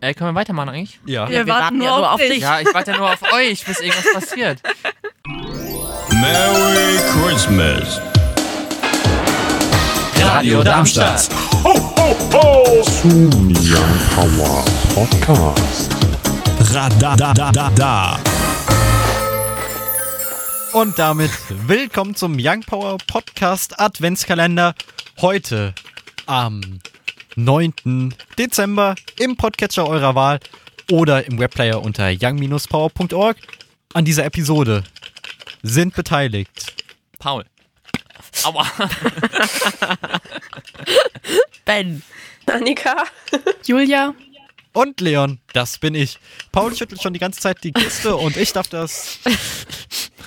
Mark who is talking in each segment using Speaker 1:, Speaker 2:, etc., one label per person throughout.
Speaker 1: Äh, können wir weitermachen eigentlich?
Speaker 2: Ja.
Speaker 3: Wir warten nur
Speaker 4: ja
Speaker 3: auf dich.
Speaker 1: Ja, ich warte ja nur auf euch, bis irgendwas passiert.
Speaker 5: Merry Christmas.
Speaker 2: Radio Darmstadt.
Speaker 5: Radada da da da da.
Speaker 2: Und damit willkommen zum Young Power Podcast Adventskalender. Heute am 9. Dezember im Podcatcher eurer Wahl oder im Webplayer unter young-power.org. An dieser Episode sind beteiligt
Speaker 1: Paul. Aua.
Speaker 3: Ben.
Speaker 4: Annika.
Speaker 3: Julia.
Speaker 2: und Leon, das bin ich. Paul schüttelt schon die ganze Zeit die Kiste und ich darf das.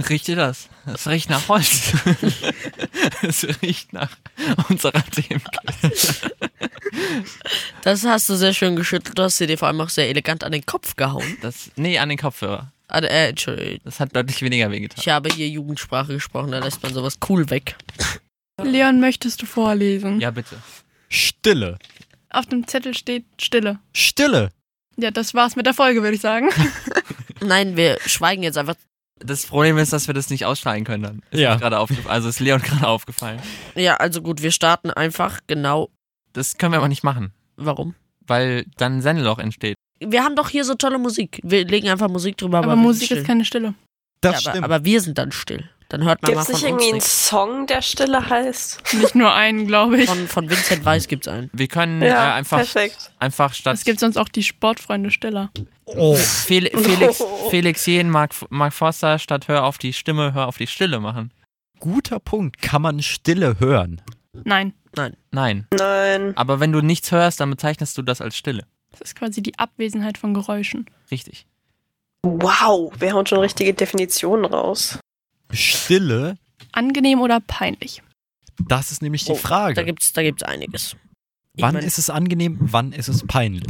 Speaker 1: Riecht ihr das? Das riecht nach Holz. Es riecht nach unserer Themenkiste.
Speaker 3: Das hast du sehr schön geschüttelt. Du hast sie dir vor allem auch sehr elegant an den Kopf gehauen.
Speaker 1: Das, nee, an den Kopfhörer.
Speaker 3: Ah, äh, Entschuldigung.
Speaker 1: Das hat deutlich weniger wehgetan.
Speaker 3: Ich habe hier Jugendsprache gesprochen, da lässt man sowas cool weg.
Speaker 6: Leon, möchtest du vorlesen?
Speaker 1: Ja, bitte.
Speaker 2: Stille.
Speaker 6: Auf dem Zettel steht Stille.
Speaker 2: Stille.
Speaker 6: Ja, das war's mit der Folge, würde ich sagen.
Speaker 3: Nein, wir schweigen jetzt einfach.
Speaker 1: Das Problem ist, dass wir das nicht ausschneiden können dann. Ist
Speaker 2: Ja.
Speaker 1: mir gerade aufgefallen. Also ist Leon gerade aufgefallen.
Speaker 3: Ja, also gut, wir starten einfach genau.
Speaker 1: Das können wir aber nicht machen,
Speaker 3: Warum?
Speaker 1: weil dann ein Sendeloch entsteht.
Speaker 3: Wir haben doch hier so tolle Musik. Wir legen einfach Musik drüber.
Speaker 6: Aber,
Speaker 3: wir sind
Speaker 6: Musik
Speaker 3: still.
Speaker 6: ist keine Stille.
Speaker 2: Das
Speaker 3: ja, aber,
Speaker 2: stimmt.
Speaker 3: aber wir sind dann still. Dann hört man
Speaker 4: Gibt es
Speaker 3: mal
Speaker 4: nicht
Speaker 3: von
Speaker 4: irgendwie einen
Speaker 3: uns
Speaker 4: Song, der Stille heißt?
Speaker 6: Nicht nur einen, glaube
Speaker 3: nichts.
Speaker 6: ich.
Speaker 3: Von, von Vincent Weiss gibt's einen.
Speaker 1: Wir können
Speaker 4: Ja,
Speaker 1: äh, einfach,
Speaker 4: perfekt.
Speaker 1: einfach statt
Speaker 6: Es gibt sonst auch die Sportfreunde Stiller.
Speaker 2: oh.
Speaker 1: Fel Felix, Felix Jehn, Mark, Mark Forster statt Hör auf die Stimme, Hör auf die Stille machen.
Speaker 2: Guter Punkt. Kann man Stille hören?
Speaker 6: Nein,
Speaker 1: Nein.
Speaker 4: Nein.
Speaker 1: Aber wenn du nichts hörst, dann bezeichnest du das als Stille.
Speaker 6: das ist quasi die Abwesenheit von Geräuschen.
Speaker 1: Richtig.
Speaker 4: Wow, wir hauen schon richtige Definitionen raus.
Speaker 2: Stille
Speaker 6: Angenehm oder peinlich?
Speaker 2: Das ist nämlich die
Speaker 3: Oh, Da
Speaker 2: Frage.
Speaker 3: gibt's, da gibt's einiges. Ich
Speaker 2: Wann
Speaker 3: mein,
Speaker 2: ist es angenehm, wann ist es peinlich?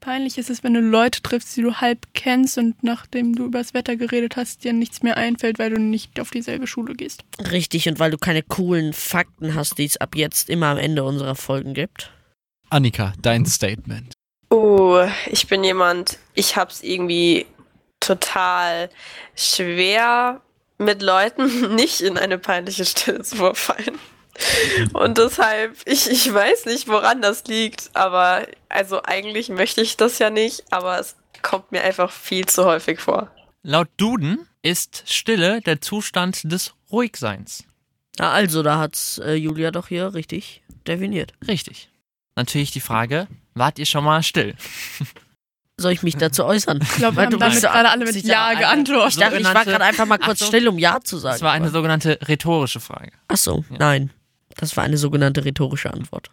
Speaker 6: Peinlich ist es, wenn du Leute triffst, die du halb kennst und nachdem du über das Wetter geredet hast, dir nichts mehr einfällt, weil du nicht auf dieselbe Schule gehst.
Speaker 3: richtig und weil du keine coolen Fakten hast, die es ab jetzt immer am Ende unserer Folgen gibt.
Speaker 2: Annika, dein Statement.
Speaker 4: Oh, ich bin jemand, ich hab's irgendwie total schwer, mit Leuten nicht in eine peinliche Stille zu verfallen. Und deshalb, ich, ich weiß nicht, woran das liegt, aber also eigentlich möchte ich das ja nicht, aber es kommt mir einfach viel zu häufig vor.
Speaker 1: Laut Duden ist Stille der Zustand des Ruhigseins.
Speaker 3: Ja, also, da hat's äh, Julia doch hier richtig definiert.
Speaker 1: Richtig. Natürlich die Frage, wart ihr schon mal still?
Speaker 3: Soll ich mich dazu äußern?
Speaker 6: Ich glaube, wir
Speaker 3: Weil du
Speaker 6: haben damit
Speaker 3: bist ja
Speaker 6: gerade alle mit
Speaker 3: sicher
Speaker 6: Ja
Speaker 3: einer- Ich
Speaker 6: geantwortet.
Speaker 3: dachte, ich war
Speaker 1: Sogenannte-
Speaker 3: gerade einfach mal kurz
Speaker 1: Achtung.
Speaker 3: still, um Ja zu sagen.
Speaker 1: Das war eine sogenannte rhetorische Frage.
Speaker 3: Ach so,
Speaker 1: Ja.
Speaker 3: nein. Das war eine sogenannte rhetorische Antwort.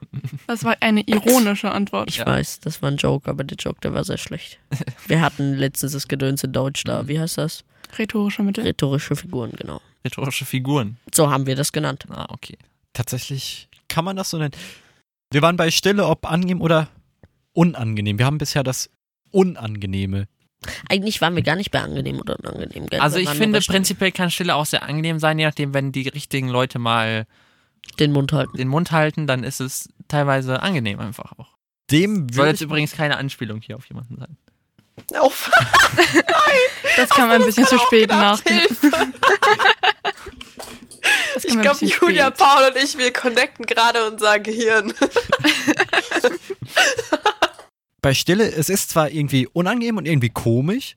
Speaker 6: Das war eine ironische Antwort.
Speaker 3: Ich
Speaker 1: Ja.
Speaker 3: weiß, das war ein Joke, aber der Joke, der war sehr schlecht. Wir hatten letztens das Gedöns in Deutsch da. Wie heißt das?
Speaker 6: Mhm. Rhetorische Mittel.
Speaker 3: Rhetorische Figuren, genau.
Speaker 1: Rhetorische Figuren.
Speaker 3: So haben wir das genannt.
Speaker 1: Ah, okay.
Speaker 2: Tatsächlich kann man das so nennen. Wir waren bei Stille, ob angenehm oder unangenehm. Wir haben bisher das Unangenehme.
Speaker 3: Eigentlich waren wir gar nicht bei angenehm oder unangenehm. Gell?
Speaker 1: Also
Speaker 3: Wir
Speaker 1: ich
Speaker 3: waren
Speaker 1: finde,
Speaker 3: nur bei Stimmen.
Speaker 1: prinzipiell kann Stille auch sehr angenehm sein, je nachdem, wenn die richtigen Leute mal
Speaker 3: Den Mund halten.
Speaker 1: den Mund halten, dann ist es teilweise angenehm einfach auch.
Speaker 2: Dem
Speaker 1: Soll
Speaker 2: würde
Speaker 1: jetzt
Speaker 2: ich,
Speaker 1: übrigens keine Anspielung hier auf jemanden sein.
Speaker 4: Auch
Speaker 6: Das kam ein bisschen zu spät nach. Das kam
Speaker 4: Ich
Speaker 6: ein
Speaker 4: glaube,
Speaker 6: bisschen
Speaker 4: Julia,
Speaker 6: spät.
Speaker 4: Paul und ich, wir connecten gerade unser Gehirn.
Speaker 2: bei Stille, es ist zwar irgendwie unangenehm und irgendwie komisch,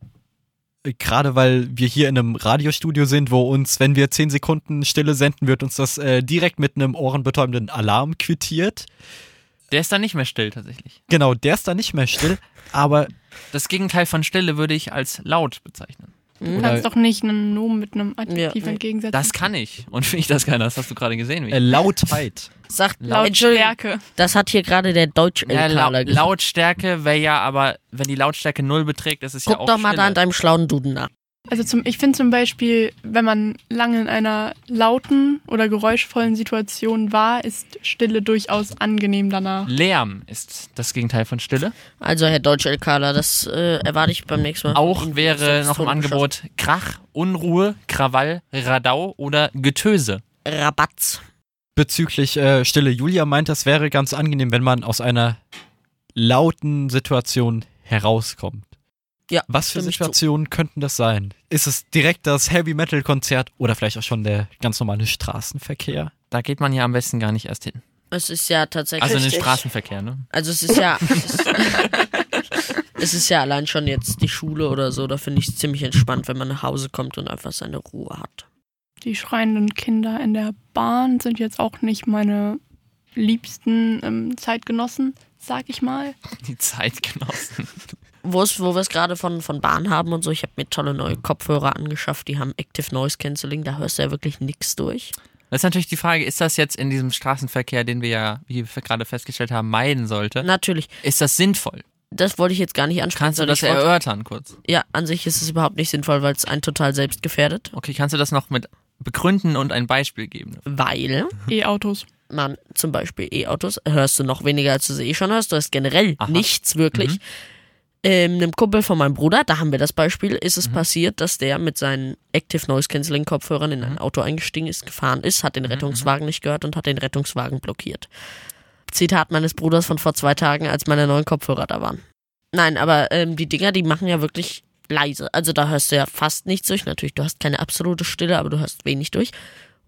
Speaker 2: äh, gerade weil wir hier in einem Radiostudio sind, wo uns, wenn wir 10 Sekunden Stille senden, wird uns das äh, direkt mit einem ohrenbetäubenden Alarm quittiert.
Speaker 1: Der ist dann nicht mehr still tatsächlich.
Speaker 2: Genau, der ist da nicht mehr still, aber
Speaker 1: Das Gegenteil von Stille würde ich als laut bezeichnen.
Speaker 6: Du
Speaker 2: äh,
Speaker 6: kannst doch nicht einen Nomen mit einem
Speaker 3: Ja,
Speaker 6: Adjektiv
Speaker 3: nee.
Speaker 6: entgegensetzen.
Speaker 1: Das kann ich. Und wie ich das kann, das hast du gerade gesehen. Wie ich
Speaker 2: äh, Lautheit.
Speaker 3: Sagt,
Speaker 6: Laut
Speaker 3: Entschuldigung,
Speaker 6: Stärke.
Speaker 3: Das hat hier gerade der deutsch
Speaker 1: Ja, lau
Speaker 3: LKler gesagt.
Speaker 1: Lautstärke wäre ja, aber wenn die Lautstärke null beträgt, ist es ja
Speaker 3: Guck
Speaker 1: auch
Speaker 3: doch mal da an
Speaker 1: Stille.
Speaker 3: deinem schlauen Duden nach.
Speaker 6: Also zum, ich finde zum Beispiel, wenn man lange in einer lauten oder geräuschvollen Situation war, ist Stille durchaus angenehm danach.
Speaker 1: Lärm ist das Gegenteil von Stille.
Speaker 3: Also, Herr deutsch LKler, das äh, erwarte ich beim nächsten Mal.
Speaker 1: Auch
Speaker 3: Ihnen
Speaker 1: wäre
Speaker 3: selbst
Speaker 1: noch im
Speaker 3: vorgeschossen.
Speaker 1: Angebot Krach, Unruhe, Krawall, Radau oder Getöse.
Speaker 3: Rabatz.
Speaker 2: bezüglich äh, Stille Julia meint, das wäre ganz angenehm, wenn man aus einer lauten Situation herauskommt.
Speaker 3: Ja,
Speaker 2: Was für
Speaker 3: stimme ich zu.
Speaker 2: Situationen könnten das sein? Ist es direkt das Heavy Metal Konzert oder vielleicht auch schon der ganz normale Straßenverkehr?
Speaker 1: Da geht man ja am besten gar nicht erst hin.
Speaker 3: Es ist ja tatsächlich.
Speaker 1: Also in den
Speaker 4: Richtig.
Speaker 1: Straßenverkehr, ne?
Speaker 3: Also es ist ja. es, ist, es ist ja allein schon jetzt die Schule oder so, da finde ich es ziemlich entspannt, wenn man nach Hause kommt und einfach seine Ruhe hat.
Speaker 6: Die schreienden Kinder in der Bahn sind jetzt auch nicht meine liebsten ähm, Zeitgenossen, sag ich mal.
Speaker 1: Die Zeitgenossen.
Speaker 3: Wo, es- wo wir es gerade von, von Bahn haben und so, ich habe mir tolle neue Kopfhörer angeschafft, die haben Active Noise Cancelling, da hörst du ja wirklich nichts durch.
Speaker 1: Das ist natürlich die Frage, ist das jetzt in diesem Straßenverkehr, den wir ja, wie wir gerade festgestellt haben, meiden sollte,
Speaker 3: Natürlich,
Speaker 1: ist das sinnvoll?
Speaker 3: das wollte ich jetzt gar nicht ansprechen.
Speaker 1: Kannst du
Speaker 3: sondern
Speaker 1: das
Speaker 3: ich wollte-
Speaker 1: erörtern kurz?
Speaker 3: Ja, an sich ist es überhaupt nicht sinnvoll, weil es einen total selbst gefährdet.
Speaker 1: Okay, kannst du das noch mit begründen und ein Beispiel geben?
Speaker 3: Weil
Speaker 6: E-Autos.
Speaker 3: man zum Beispiel E-Autos hörst du noch weniger, als du sie eh schon hörst. Du hörst generell
Speaker 1: Aha.
Speaker 3: nichts wirklich. Ähm, einem Kumpel von meinem Bruder, da haben wir das Beispiel, ist es passiert, dass der mit seinen Active Noise Cancelling Kopfhörern in ein Auto eingestiegen ist, gefahren ist, hat den Rettungswagen nicht gehört und hat den Rettungswagen blockiert. Zitat meines Bruders von vor zwei Tagen, als meine neuen Kopfhörer da waren. Nein, aber ähm, die Dinger, die machen ja wirklich leise. Also da hörst du ja fast nichts durch. Natürlich, du hast keine absolute Stille, aber du hörst wenig durch.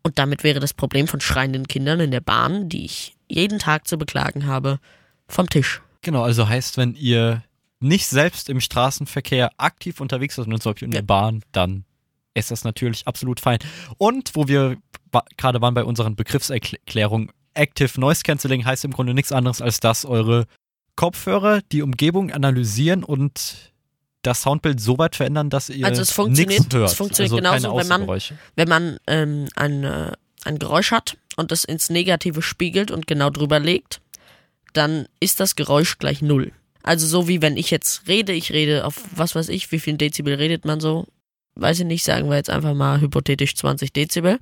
Speaker 3: Und damit wäre das Problem von schreienden Kindern in der Bahn, die ich jeden Tag zu beklagen habe, vom Tisch.
Speaker 2: Genau, also heißt, wenn ihr nicht selbst im Straßenverkehr aktiv unterwegs seid und zum Beispiel in der Bahn, dann ist das natürlich absolut fein. Und wo wir wa- gerade waren bei unseren Begriffserklärungen, Active Noise Cancelling heißt im Grunde nichts anderes, als dass eure Kopfhörer die Umgebung analysieren und das Soundbild so weit verändern, dass ihr
Speaker 3: Also es funktioniert-
Speaker 2: nichts hört.
Speaker 3: es funktioniert
Speaker 2: also keine
Speaker 3: genauso, wenn man-
Speaker 2: Außengeräusche.
Speaker 3: Wenn man ähm, ein, äh, ein Geräusch hat und das ins Negative spiegelt und genau drüber legt, dann ist das Geräusch gleich null. Also so wie wenn ich jetzt rede, ich rede auf was weiß ich, wie viel Dezibel redet man so, weiß ich nicht, sagen wir jetzt einfach mal hypothetisch 20 Dezibel.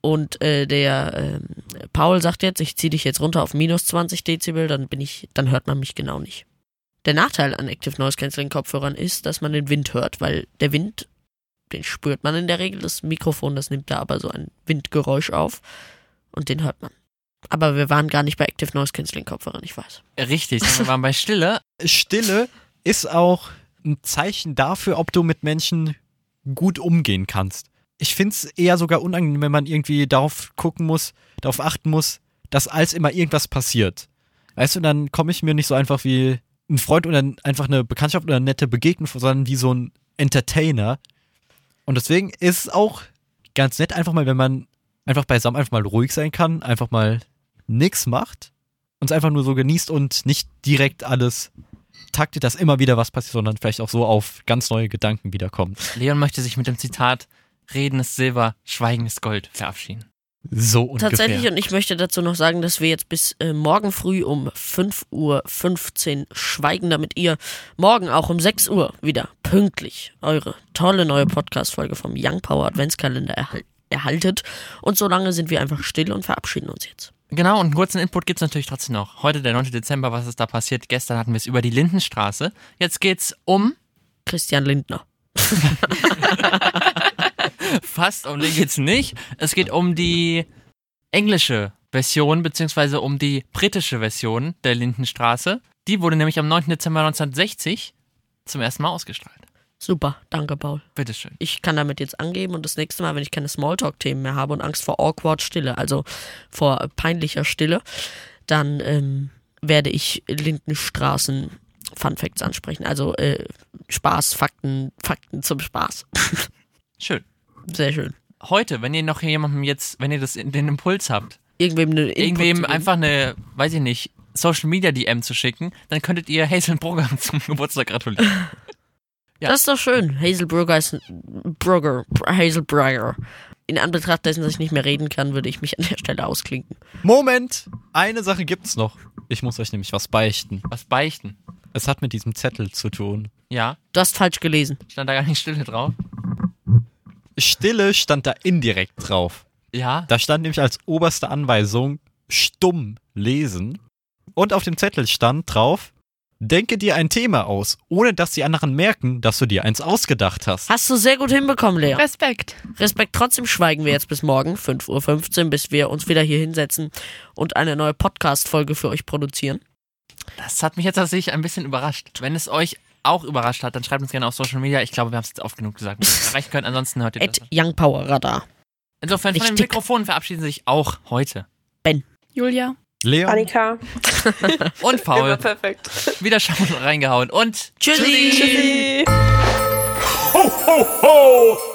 Speaker 3: Und äh, der ähm, Paul sagt jetzt, ich ziehe dich jetzt runter auf minus 20 Dezibel, dann bin ich, dann hört man mich genau nicht. Der Nachteil an Active Noise Cancelling Kopfhörern ist, dass man den Wind hört, weil der Wind, den spürt man in der Regel. Das Mikrofon, das nimmt da aber so ein Windgeräusch auf und den hört man. Aber wir waren gar nicht bei Active Noise Cancelling Kopfhörern, ich weiß.
Speaker 1: Richtig, wir waren bei Stille.
Speaker 2: Stille ist auch ein Zeichen dafür, ob du mit Menschen gut umgehen kannst. Ich finde es eher sogar unangenehm, wenn man irgendwie darauf gucken muss, darauf achten muss, dass als immer irgendwas passiert. Weißt du, dann komme ich mir nicht so einfach wie ein Freund oder einfach eine Bekanntschaft oder eine nette Begegnung vor, sondern wie so ein Entertainer. Und deswegen ist es auch ganz nett, einfach mal, wenn man einfach beisammen einfach mal ruhig sein kann, einfach mal nichts macht uns einfach nur so genießt und nicht direkt alles taktet, dass immer wieder was passiert, sondern vielleicht auch so auf ganz neue Gedanken wiederkommt.
Speaker 1: Leon möchte sich mit dem Zitat Reden ist Silber, Schweigen ist Gold verabschieden.
Speaker 2: So ungefähr.
Speaker 3: Tatsächlich, und ich möchte dazu noch sagen, dass wir jetzt bis äh, morgen früh um 5.15 Uhr schweigen, damit ihr morgen auch um 6 Uhr wieder pünktlich eure tolle neue Podcast-Folge vom Young Power Adventskalender erhal erhaltet. Und solange sind wir einfach still und verabschieden uns jetzt.
Speaker 1: Genau, und einen kurzen Input gibt's natürlich trotzdem noch. Heute, der 9. Dezember, was ist da passiert? Gestern hatten wir es über die Lindenstraße. Jetzt geht's um,
Speaker 3: Christian Lindner.
Speaker 1: fast um den geht's nicht. Es geht um die englische Version, beziehungsweise um die britische Version der Lindenstraße. Die wurde nämlich am 9. Dezember 1960 zum ersten Mal ausgestrahlt.
Speaker 3: Super, danke, Paul.
Speaker 1: Bitteschön.
Speaker 3: Ich kann damit jetzt angeben und das nächste Mal, wenn ich keine Smalltalk-Themen mehr habe und Angst vor awkward Stille, also vor peinlicher Stille, dann ähm, werde ich Lindenstraßen Fun Facts ansprechen. Also äh, Spaß, Fakten, Fakten zum Spaß.
Speaker 1: Schön.
Speaker 3: Sehr schön.
Speaker 1: Heute, wenn ihr noch jemandem jetzt, wenn ihr das, den Impuls habt,
Speaker 3: Irgendwem eine
Speaker 1: irgendwem einfach eine, weiß ich nicht, Social Media DM zu schicken, dann könntet ihr Hazel Brugger zum Geburtstag gratulieren. ja.
Speaker 3: Das ist doch schön. Hazel Brugger ist Brugger. Hazel Brugger. In Anbetracht dessen, dass ich nicht mehr reden kann, würde ich mich an der Stelle ausklinken.
Speaker 2: Moment, eine Sache gibt's noch. Ich muss euch nämlich was beichten.
Speaker 1: Was beichten?
Speaker 2: Es hat mit diesem Zettel zu tun.
Speaker 1: Ja,
Speaker 3: Du hast falsch gelesen.
Speaker 1: stand da gar nicht Stille drauf.
Speaker 2: Stille stand da indirekt drauf.
Speaker 1: Ja,
Speaker 2: Da stand nämlich als oberste Anweisung stumm lesen. Und auf dem Zettel stand drauf, denke dir ein Thema aus, ohne dass die anderen merken, dass du dir eins ausgedacht hast.
Speaker 3: Hast du sehr gut hinbekommen, Lea.
Speaker 6: Respekt.
Speaker 3: Respekt, trotzdem schweigen wir jetzt bis morgen, 5.15 Uhr, bis wir uns wieder hier hinsetzen und eine neue Podcast-Folge für euch produzieren.
Speaker 1: Das hat mich jetzt tatsächlich ein bisschen überrascht. Wenn es euch auch überrascht hat, dann schreibt uns gerne auf Social Media. Ich glaube, wir haben es jetzt oft genug gesagt. was ihr Erreichen können, ansonsten hört ihr
Speaker 3: At
Speaker 1: das.
Speaker 3: Young Power Radar.
Speaker 1: Insofern von den
Speaker 3: richtig.
Speaker 1: Mikrofonen verabschieden sich auch heute.
Speaker 6: Julia,
Speaker 2: Leon,
Speaker 4: Annika,
Speaker 1: Und
Speaker 4: immer
Speaker 1: Paul,
Speaker 4: perfekt.
Speaker 1: wieder schauen und reingehauen. Und
Speaker 3: Tschüssi.
Speaker 4: Tschüssi.
Speaker 5: Ho, ho, ho!